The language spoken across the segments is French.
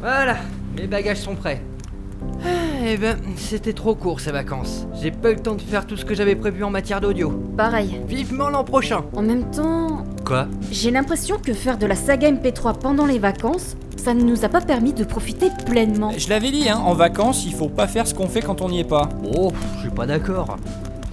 Voilà, les bagages sont prêts. Ah, Eh ben, c'était trop court ces vacances. J'ai pas eu le temps de faire tout ce que j'avais prévu en matière d'audio. Pareil. Vivement l'an prochain En même temps, Quoi j'ai l'impression que faire de la saga MP3 pendant les vacances, ça ne nous a pas permis de profiter pleinement. Je l'avais dit, hein, en vacances, il faut pas faire ce qu'on fait quand on n'y est pas. Oh, je suis pas d'accord.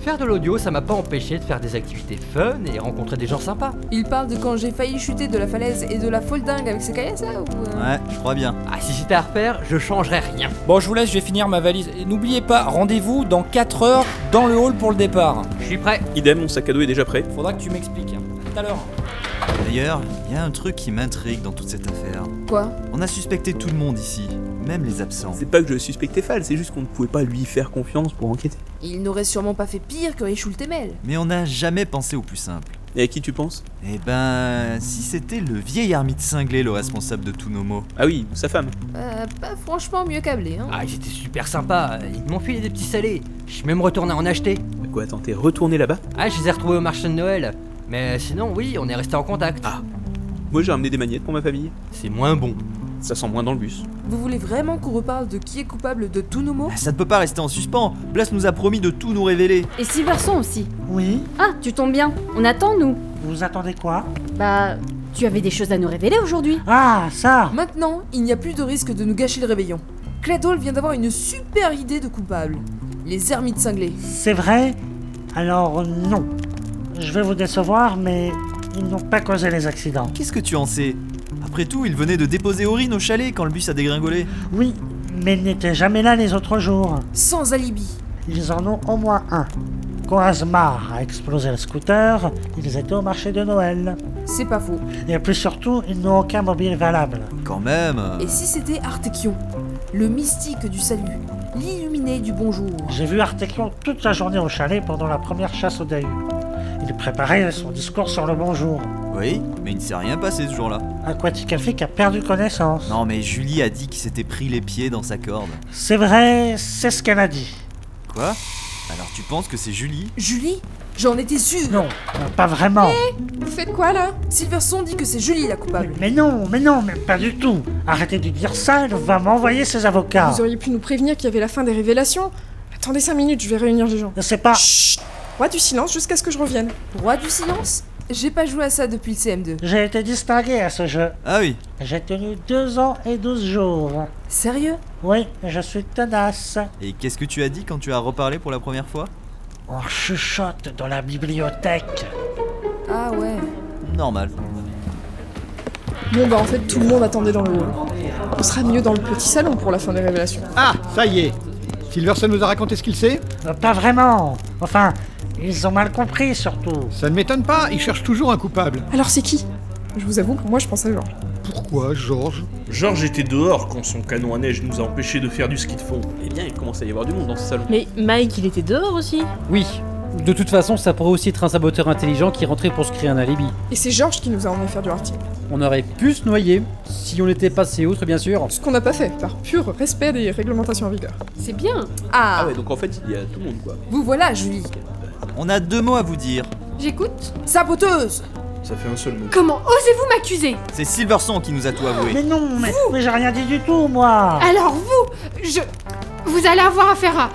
Faire de l'audio, ça m'a pas empêché de faire des activités fun et rencontrer des gens sympas. Il parle de quand j'ai failli chuter de la falaise et de la folle dingue avec ses caillasses là ou euh, Ouais, je crois bien. Ah, si c'était à refaire, je changerais rien. Bon, je vous laisse, je vais finir ma valise. Et N'oubliez pas, rendez-vous dans 4 heures dans le hall pour le départ. Je suis prêt. Idem, mon sac à dos est déjà prêt. Faudra que tu m'expliques. hein. À Tout à l'heure. D'ailleurs, il y a un truc qui m'intrigue dans toute cette affaire. Quoi On a suspecté tout le monde ici, même les absents. C'est pas que je suspectais Fall, c'est juste qu'on ne pouvait pas lui faire confiance pour enquêter. Il n'aurait sûrement pas fait pire que Richou le Temel. Mais on n'a jamais pensé au plus simple. Et à qui tu penses Eh ben, si c'était le vieil ermite cinglé le responsable de tous nos maux. Ah oui, sa femme. Euh, pas franchement mieux câblé, hein. Ah, ils étaient super sympas. Ils m'ont filé des petits salés. Je suis même retourné en acheter. Mais Quoi, attends, t'es retourné là-bas Ah, je les ai retrouvés au marché de Noël. Mais sinon, oui, on est resté en contact. Ah. Moi j'ai ramené des magnettes pour ma famille. C'est moins bon. Ça sent moins dans le bus. Vous voulez vraiment qu'on reparle de qui est coupable de tous nos maux Ah, Ça ne peut pas rester en suspens. Blas nous a promis de tout nous révéler. Et Silverson aussi. Oui Ah, tu tombes bien. On attend, nous. Vous attendez quoi Bah, tu avais des choses à nous révéler aujourd'hui. Ah, ça Maintenant, il n'y a plus de risque de nous gâcher le réveillon. Cladol vient d'avoir une super idée de coupable. Les ermites cinglés. C'est vrai Alors non. Je vais vous décevoir, mais ils n'ont pas causé les accidents. Qu'est-ce que tu en sais Après tout, il venait de déposer Aurine au chalet quand le bus a dégringolé. Oui, mais ils n'étaient jamais là les autres jours. Sans alibi. Ils en ont au moins un. Quand Asmar a explosé le scooter, ils étaient au marché de Noël. C'est pas faux. Et plus surtout, ils n'ont aucun mobile valable. Quand même. euh, Et si c'était Artekion Le mystique du salut. L'illuminé du bonjour. J'ai vu Artekion toute la journée au chalet pendant la première chasse au Dahu. Il préparait son discours sur le bonjour. Oui, mais il ne s'est rien passé ce jour-là. Aquaticalfic a perdu connaissance. Non, mais Julie a dit qu'il s'était pris les pieds dans sa corde. C'est vrai, c'est ce qu'elle a dit. Quoi Alors tu penses que c'est Julie Julie J'en étais sûre Non, pas vraiment. Vous faites quoi là Silverson dit que c'est Julie la coupable. Mais non, mais non, mais pas du tout. Arrêtez de dire ça, elle va m'envoyer ses Ah. avocats. Vous auriez pu nous prévenir qu'il y avait la fin des révélations. Attendez 5 minutes, je vais réunir les gens. C'est Ah. pas. Chut Droit du silence jusqu'à ce que je revienne. Droit du silence J'ai pas joué à ça depuis le CM2. J'ai été distingué à ce jeu. Ah oui, J'ai tenu deux ans et 12 jours. Sérieux Oui, je suis tenace. et qu'est-ce que tu as dit quand tu as reparlé pour la première fois On Oh, chuchote dans la bibliothèque. Ah ouais. Normal. Bon bah en fait tout le monde attendait dans le hall. On sera mieux dans le petit salon pour la fin des révélations. Ah, ça y est Silverson nous a raconté ce qu'il sait Euh, Pas vraiment. Enfin, ils ont mal compris surtout. Ça ne m'étonne pas, il cherche toujours un coupable. Alors c'est qui Je vous avoue que moi je pense à Georges. Pourquoi, Georges Georges était dehors quand son canon à neige nous a empêchés de faire du ski de fond. Eh bien, il commence à y avoir du monde dans ce salon. Mais Mike, il était dehors aussi Oui. De toute façon, ça pourrait aussi être un saboteur intelligent qui rentrait pour se créer un alibi. Et c'est Georges qui nous a emmené faire du article. On aurait pu se noyer, si on était passé outre, bien sûr. Ce qu'on n'a pas fait, par pur respect des réglementations en vigueur. C'est bien Ah, Ah ouais, donc en fait, il y a tout le monde quoi. Vous voilà, Julie. On a deux mots à vous dire. J'écoute. Saboteuse Ça fait un seul mot. Comment osez-vous m'accuser C'est Silverson qui nous a tout avoué. Mais non, mais, mais j'ai rien dit du tout, moi. Ah. Alors vous Je. Vous allez avoir affaire à.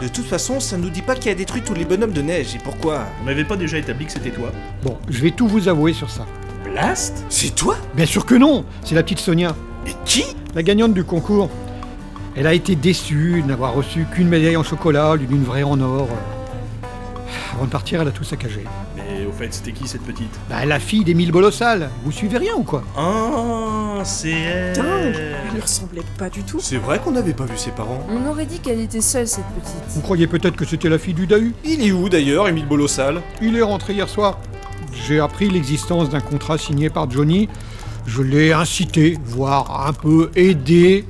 De toute façon, ça ne nous dit pas qui a détruit tous les bonhommes de neige et pourquoi. On n'avait pas déjà établi que c'était toi Bon, je vais tout vous avouer sur ça. Blast C'est toi Bien sûr que non C'est la petite Sonia, Mais qui la gagnante du concours. Elle a été déçue de n'avoir reçu qu'une médaille en chocolat, l'une une vraie en or. Avant de partir, elle a tout saccagé. Mais au fait, c'était qui cette petite Bah, la fille d'Émile Bolossal, vous suivez rien ou quoi Ah, c'est Dingue elle Elle lui ressemblait pas du tout. C'est vrai qu'on n'avait pas vu ses parents. On aurait dit qu'elle était seule, cette petite. Vous croyez peut-être que c'était la fille du Dahu Il est où d'ailleurs, Émile Bolossal Il est rentré hier soir. J'ai appris l'existence d'un contrat signé par Johnny. Je l'ai incité, voire un peu aidé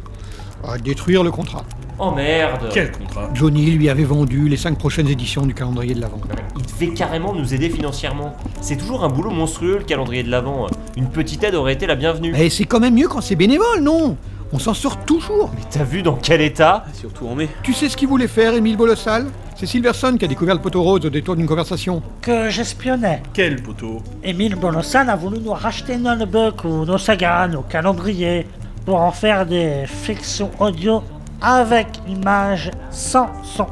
à détruire le contrat. Oh merde Quel contrat Johnny lui avait vendu les cinq prochaines éditions du calendrier de l'Avent. Il devait carrément nous aider financièrement. C'est toujours un boulot monstrueux le calendrier de l'avant. Une petite aide aurait été la bienvenue. Mais c'est quand même mieux quand c'est bénévole, non On s'en sort toujours. Mais t'as vu dans quel état Ah, Surtout en mai. Tu sais ce qu'il voulait faire, Émile Bolossal C'est Silverson qui a découvert le poteau rose au détour d'une conversation. Que j'espionnais. Quel poteau Émile Bonosan a voulu nous racheter nos buck ou nos sagas, nos calendriers. pour en faire des fictions audio avec images sans son.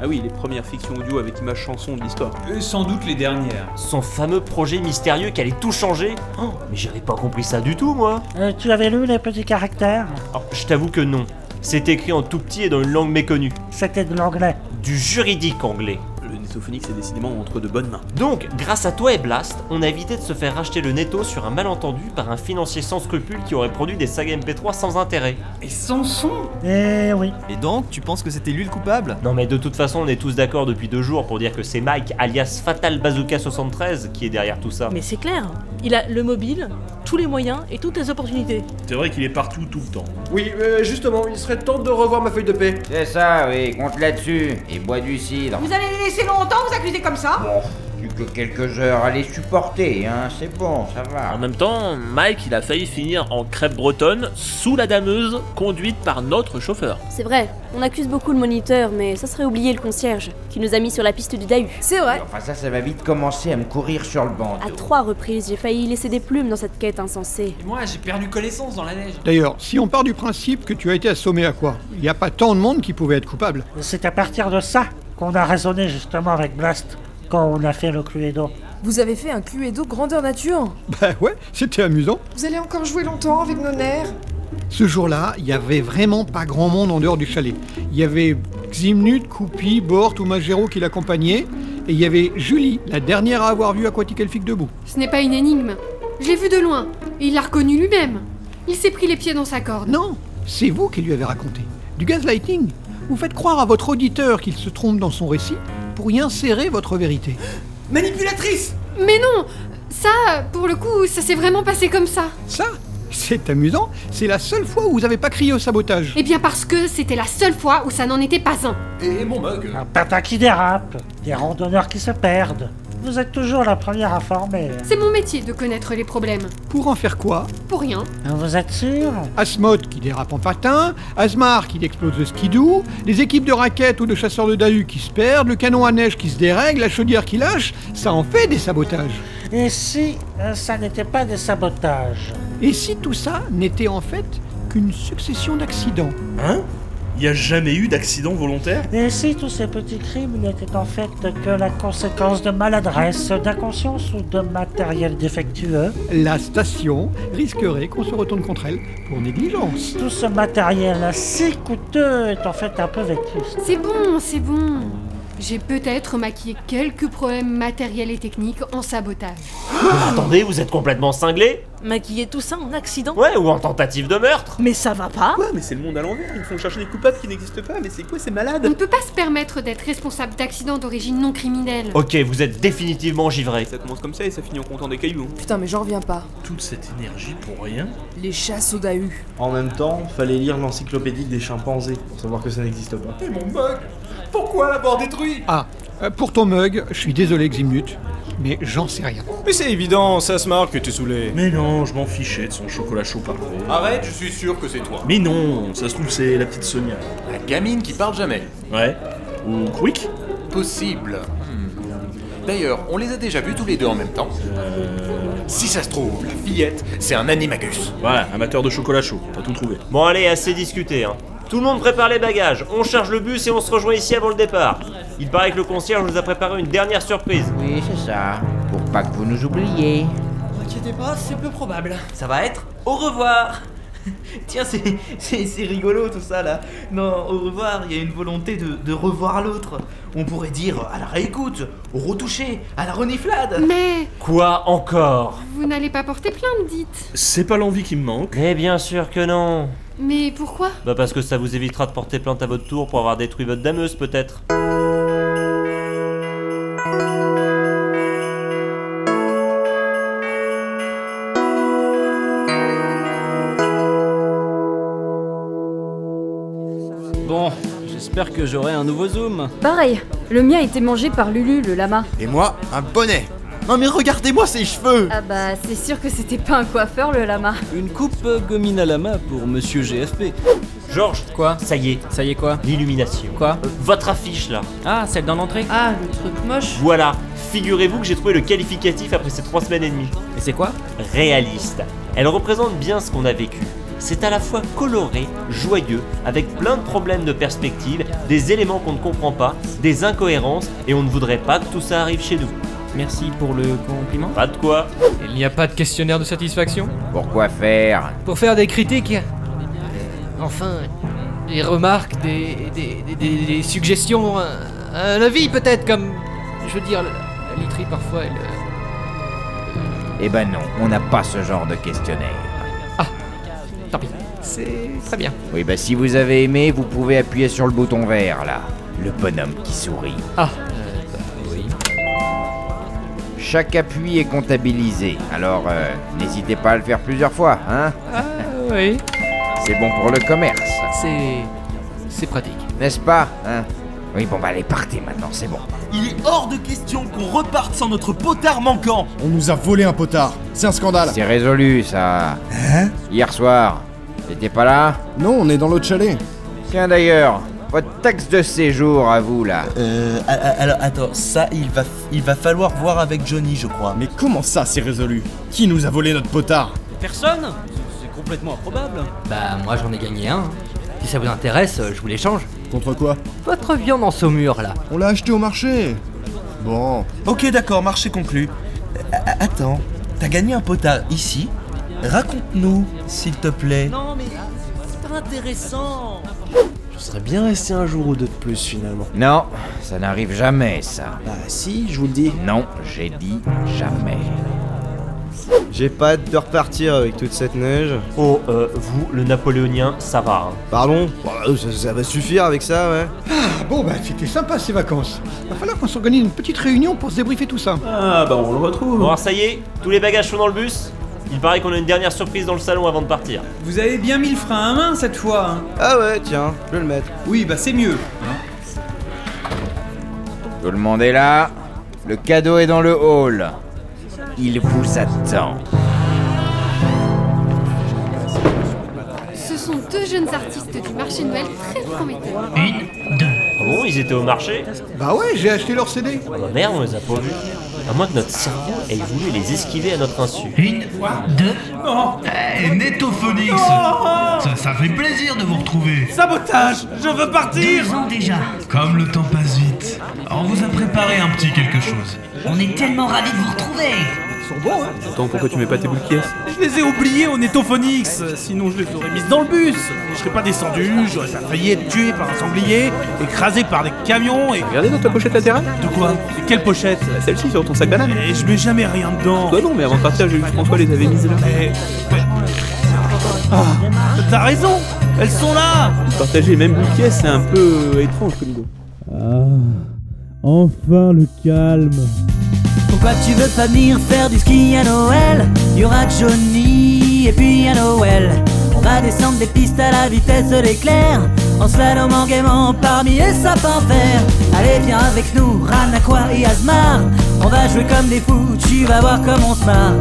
Ah oui, les premières fictions audio avec image chanson de l'histoire. sans doute les dernières. Son fameux projet mystérieux qui allait tout changer Oh, Mais j'avais pas compris ça du tout, moi Euh, tu avais lu les petits caractères Alors, Oh, je t'avoue que non. C'est écrit en tout petit et dans une langue méconnue. C'était de l'anglais. Du juridique anglais. Le Netophonix est décidément entre de bonnes mains. Donc, grâce à toi et Blast, on a évité de se faire racheter le netto sur un malentendu par un financier sans scrupules qui aurait produit des sagas MP3 sans intérêt. Et sans son Eh oui. Et donc, tu penses que c'était lui le coupable Non mais de toute façon, on est tous d'accord depuis deux jours pour dire que c'est Mike, alias Fatal Bazooka 73, qui est derrière tout ça. Mais c'est clair, il a le mobile, tous les moyens et toutes les opportunités. C'est vrai qu'il est partout tout le temps. Oui, euh, justement, il serait temps de revoir ma feuille de paix. C'est ça, oui, compte là-dessus. Et bois du cidre. Vous allez les laisser longtemps vous accuser comme ça Plus que quelques heures à les supporter, hein, c'est bon, ça va. Ah, En même temps, Mike, il a failli finir en crêpe bretonne sous la dameuse conduite par notre chauffeur. C'est vrai, on accuse beaucoup le moniteur, mais ça serait oublier le concierge, qui nous a mis sur la piste du Dahu. C'est vrai Enfin, ça, ça va vite commencer à me courir sur le À bandeau. trois reprises, j'ai failli laisser des plumes dans cette quête insensée. Moi, j'ai perdu connaissance dans la neige. D'ailleurs, si on part du principe que tu as été assommé à quoi Il n'y a pas tant de monde qui pouvait être coupable. C'est à partir de ça qu'on a raisonné justement avec Blast quand on a fait le Cluedo. Vous avez fait un Cluedo grandeur nature Bah ouais, c'était amusant. Vous allez encore jouer longtemps avec nos nerfs Ce jour-là, il n'y avait vraiment pas grand monde en dehors du chalet. Il y avait Ximnut, Coupi, Bort ou Magero qui l'accompagnaient, et il y avait Julie, la dernière à avoir vu Aquatic Elfic debout. Ce n'est pas une énigme. Je l'ai vu de loin, et il l'a reconnu lui-même. Il s'est pris les pieds dans sa corde. Non C'est vous qui lui avez raconté. Du gaslighting Vous faites croire à votre auditeur qu'il se trompe dans son récit pour y insérer votre vérité. Manipulatrice Mais non Ça, pour le coup, ça s'est vraiment passé comme ça. Ça C'est amusant, c'est la seule fois où vous n'avez pas crié au sabotage. Eh bien parce que c'était la seule fois où ça n'en était pas un. Et mon mug Un patin qui dérape, des randonneurs qui se perdent. Vous êtes toujours la première hein. informée. C'est mon métier de connaître les problèmes. Pour en faire quoi Pour rien. Vous êtes sûr Asmod qui dérape en patin, Asmar qui explose le skidoo, les équipes de raquettes ou de chasseurs de dahu qui se perdent, le canon à neige qui se dérègle, la chaudière qui lâche, ça en fait des sabotages. Et si euh, ça n'était pas des sabotages Et si tout ça n'était en fait qu'une succession d'accidents Hein Il y a jamais eu d'accident volontaire Et si tous ces petits crimes n'étaient en fait que la conséquence de maladresse, d'inconscience ou de matériel défectueux La station risquerait qu'on se retourne contre elle pour négligence. Tout ce matériel si coûteux est en fait un peu vétuste. C'est bon, c'est bon. J'ai peut-être maquillé quelques problèmes matériels et techniques en sabotage. Attendez, vous êtes complètement cinglé Maquiller tout ça en accident Ouais, ou en tentative de meurtre Mais ça va pas Quoi Mais c'est le monde à l'envers, ils me font chercher des coupables qui n'existent pas, mais c'est quoi, c'est On ne malade peut pas se permettre d'être responsable d'accidents d'origine non criminelle. Ok, vous êtes définitivement givré. Ça commence comme ça et ça finit en comptant des cailloux. hein. Oh, Putain, mais j'en reviens pas. Toute cette énergie pour rien Les chasses au Dahu. En même temps, fallait lire l'encyclopédie des chimpanzés pour savoir que ça n'existe pas. Et mon mug Pourquoi l'avoir détruit Ah, euh, pour ton mug, je suis désolé Ximnut, mais j'en sais rien. Mais c'est évident, ça se marque que t'es saoulé. Mais non, je m'en fichais de son chocolat chaud par contre. Arrête, je suis sûr que c'est toi. Mais non, ça se trouve c'est la petite Sonia. La gamine qui parle jamais. Ouais. Ou Quick Possible. Hmm. D'ailleurs, on les a déjà vus tous les deux en même temps. Euh. Si ça se trouve, la fillette, c'est un animagus. Voilà, amateur de chocolat chaud, t'as tout trouvé. Bon allez, assez discuté, hein. Tout le monde prépare les bagages, on charge le bus et on se rejoint ici avant le départ. Il paraît que le concierge nous a préparé une dernière surprise. Oui, c'est ça. Pour pas que vous nous oubliez. Ne inquiétez pas, c'est peu probable. Ça va être au revoir Tiens, c'est- c'est c'est rigolo tout ça là. Non, au revoir, il y a une volonté de, de revoir l'autre. On pourrait dire à la réécoute, au retouché, à la reniflade. Mais Quoi encore vous n'allez pas porter plainte, dites. C'est pas l'envie qui me manque. Mais Eh, bien sûr que non. Mais pourquoi Bah parce que ça vous évitera de porter plainte à votre tour pour avoir détruit votre dameuse peut-être. Bon, j'espère que j'aurai un nouveau zoom. Pareil, le mien était mangé par Lulu, le lama. Et moi, un bonnet Non mais regardez-moi ces cheveux Ah bah, c'est sûr que c'était pas un coiffeur, le lama. Une coupe euh, gomine à lama pour monsieur GFP. Georges Quoi Ça y est. Ça y est quoi L'illumination. Quoi Votre affiche là. Ah, celle dans l'entrée Ah, le truc moche. Voilà, figurez-vous que j'ai trouvé le qualificatif après ces trois semaines et demie. Et c'est quoi Réaliste. Elle représente bien ce qu'on a vécu. c'est à la fois coloré, joyeux, avec plein de problèmes de perspective, des éléments qu'on ne comprend pas, des incohérences, et on ne voudrait pas que tout ça arrive chez nous. Merci pour le compliment. Pas de quoi. Il n'y a pas de questionnaire de satisfaction Pourquoi faire Pour faire des critiques Enfin, des remarques, des, des, des- des- des suggestions, euh, un, un avis peut-être, comme. Je veux dire, la, la literie parfois elle. euh, Eh ben non, on n'a pas ce genre de questionnaire. Ah, Tant pis. C'est très bien. Oui, bah si vous avez aimé, vous pouvez appuyer sur le bouton vert là. Le bonhomme qui sourit. Ah, oui. Chaque appui est comptabilisé, alors euh, n'hésitez pas à le faire plusieurs fois, hein oui. C'est bon pour le commerce. C'est. C'est pratique. N'est-ce pas hein Oui, bon bah allez, partez maintenant, c'est bon. Il est hors de question qu'on reparte sans notre potard manquant On nous a volé un potard, c'est un scandale C'est résolu ça. Hier soir, t'étais pas là Non, on est dans l'autre chalet. Tiens d'ailleurs, votre taxe de séjour à vous là. Euh, a- a- alors attends, ça il va, il va falloir voir avec Johnny, je crois. Mais comment ça, c'est résolu Qui nous a volé notre potard Personne C'est complètement improbable. Bah moi j'en ai gagné un. Si ça vous intéresse, euh, je vous l'échange. Contre quoi Votre viande en saumure là. On l'a acheté au marché. Bon. Ok, d'accord, marché conclu. Euh, a- attends, t'as gagné un potard ici Raconte-nous, s'il te plaît. Non mais c'est pas intéressant. Je serais bien resté un jour ou deux de plus finalement. Non, ça n'arrive jamais ça. Bah si, je vous le dis. Non, j'ai dit jamais. J'ai pas hâte de repartir avec toute cette neige. Oh, euh, vous, le napoléonien, ça va. hein. Pardon Bah, ça, ça va suffire avec ça, ouais. Ah bon, bah c'était sympa ces vacances. Va falloir qu'on s'organise une petite réunion pour se débriefer tout ça. Ah bah on le retrouve. Bon alors ça y est, tous les bagages sont dans le bus. Il paraît qu'on a une dernière surprise dans le salon avant de partir. Vous avez bien mis le frein à main cette fois. hein. Ah ouais, tiens, je vais le mettre. Oui, bah c'est mieux. Tout le monde est là. Le cadeau est dans le hall. Il vous attend. Ce sont deux jeunes artistes du marché de Noël très prometteurs. Ah bon, ils étaient au marché Bah ouais, j'ai acheté leur CD. Ah bah merde, on les a pas vus. À moins que notre cerveau ait voulu les esquiver à notre insu. Une, deux. Non Oh, Netophonix Eh, ça, ça fait plaisir de vous retrouver Sabotage Je veux partir Deux ans déjà. Comme le temps passe vite. On vous a préparé un petit quelque chose. On est tellement ravis de vous retrouver Ils sont beaux, hein Attends, pourquoi tu mets pas tes boules qui est Je les ai oubliés au Netophonix Sinon, je les aurais mises dans le bus Je serais pas descendu, j'aurais failli être tué par un sanglier, écrasé par des camions et... Regardez dans ta pochette latérale Bah, De quoi De Quelle pochette Celle-ci sur ton sac banane. Et je mets jamais rien dedans Toi non, mais avant de partir, j'ai vu que François les avait mises là. Eh. Ah, T'as raison Elles sont là Partager même une pièce, c'est un peu euh, étrange comme idée. Ah, enfin le calme. Pourquoi tu veux pas venir faire du ski à Noël Y aura Johnny et puis à Noël On va descendre des pistes à la vitesse de l'éclair En se flânant gaiement parmi les sapins verts Allez viens avec nous, Ranaqua et Asmar On va jouer comme des fous, tu vas voir comme on se marre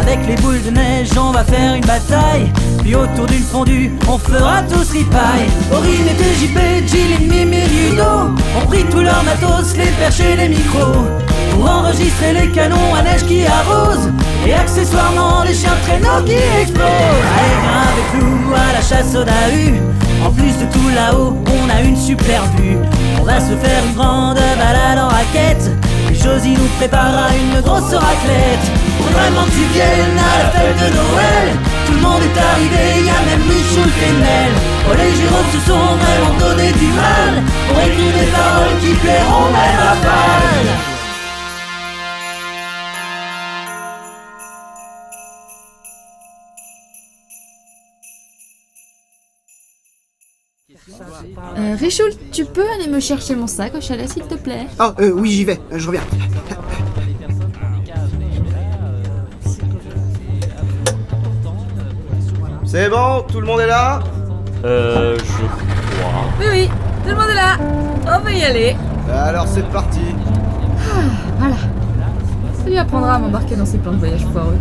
Avec les boules de neige on va faire une bataille Puis autour d'une fondue, on fera tous ripaille Aurine et TJP, Jill et Mimi et Ludo On prit tout leur matos, les perches et les micros pour enregistrer les canons à neige qui arrosent Et accessoirement les chiens traîneaux qui explosent Allez viens avec nous à la chasse au Dahu En plus de tout là-haut, on a une super vue On va se faire une grande balade en raquette Et Josie nous préparera une grosse raclette Pour vraiment que tu viennes à la fête de Noël Tout le monde est arrivé, y a même Michou le Témel Oh les Jérômes se sont vraiment donné du mal Pour écrire des paroles qui plairont même à Val Euh, Richoul, tu peux aller me chercher mon sac au chalet, s'il te plaît Ah, euh, oui, j'y vais, je reviens. C'est bon, tout le monde est là Euh, je crois. Oui, oui, tout le monde est là On va y aller Alors c'est parti. Voilà Ça lui apprendra à m'embarquer dans ses plans de voyage foireux.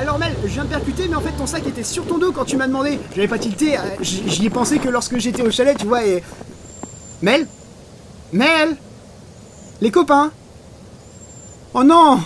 Alors Mel, je viens de percuter, mais en fait ton sac était sur ton dos quand tu m'as demandé. J'avais pas tilté. euh, j- J'y ai pensé que lorsque j'étais au chalet, tu vois. Et Mel, Mel, les copains. Oh non,